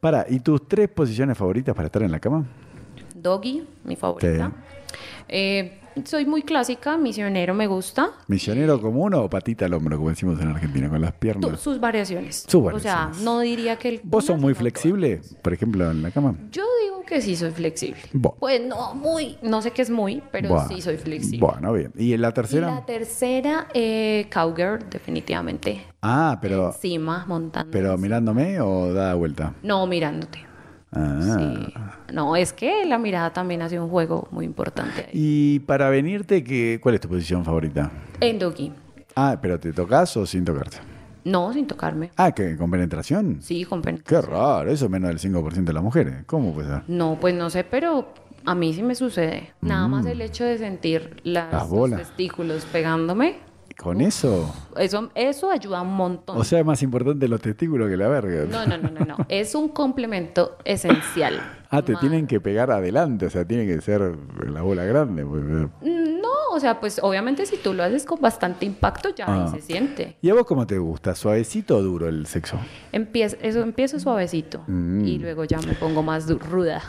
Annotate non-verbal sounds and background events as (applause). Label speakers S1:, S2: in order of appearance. S1: Para, ¿y tus tres posiciones favoritas para estar en la cama?
S2: Doggy, mi favorita. Eh, soy muy clásica, misionero me gusta.
S1: ¿Misionero común o patita al hombro, como decimos en Argentina, con las
S2: Tu-
S1: piernas?
S2: sus variaciones.
S1: Sus
S2: O
S1: variaciones.
S2: sea, no diría que el.
S1: ¿Vos sos
S2: una,
S1: muy
S2: sino todas.
S1: flexible, por ejemplo, en la cama?
S2: Yo digo que sí soy flexible.
S1: Bo-
S2: Pues no muy, no sé qué es muy, pero
S1: Buah.
S2: sí soy flexible.
S1: Bueno, bien. ¿Y en la
S2: Y
S1: tercera?
S2: la tercera, eh, cowgirl, definitivamente.
S1: Ah, pero,
S2: Encima, montando.
S1: pero mirándome o da vuelta.
S2: No, mirándote.
S1: Ah.
S2: Sí. No, es que la mirada también hace un juego muy importante. ahí.
S1: Y para venirte, ¿qué, ¿cuál es tu posición favorita?
S2: En doggy.
S1: Ah, pero ¿te tocas o sin tocarte?
S2: No, sin tocarme.
S1: Ah, ¿que ¿con penetración?
S2: Sí, con pen-
S1: Qué raro, eso es menos del 5% de las mujeres. ¿Cómo puede ser?
S2: No, pues no sé, pero a mí sí me sucede. Nada
S1: Mm.
S2: más el hecho de sentir las,
S1: Las
S2: los
S1: bolas.
S2: testículos pegándome.
S1: ¿Con eso?
S2: Eso, eso ayuda un montón.
S1: O sea, es más importante los testículos que la verga.
S2: no, no, no, no,
S1: (laughs)
S2: no. Es un complemento esencial.
S1: Ah, te
S2: Ma-
S1: tienen que pegar adelante, o sea, tiene que ser la bola grande. pues.
S2: No, o sea, pues obviamente si tú lo haces con bastante impacto ya
S1: Ah.
S2: ahí se siente.
S1: ¿Y a vos cómo te gusta? ¿Suavecito o duro el sexo? Mm.
S2: Empieza, eso empiezo suavecito y luego ya me pongo más du- ruda.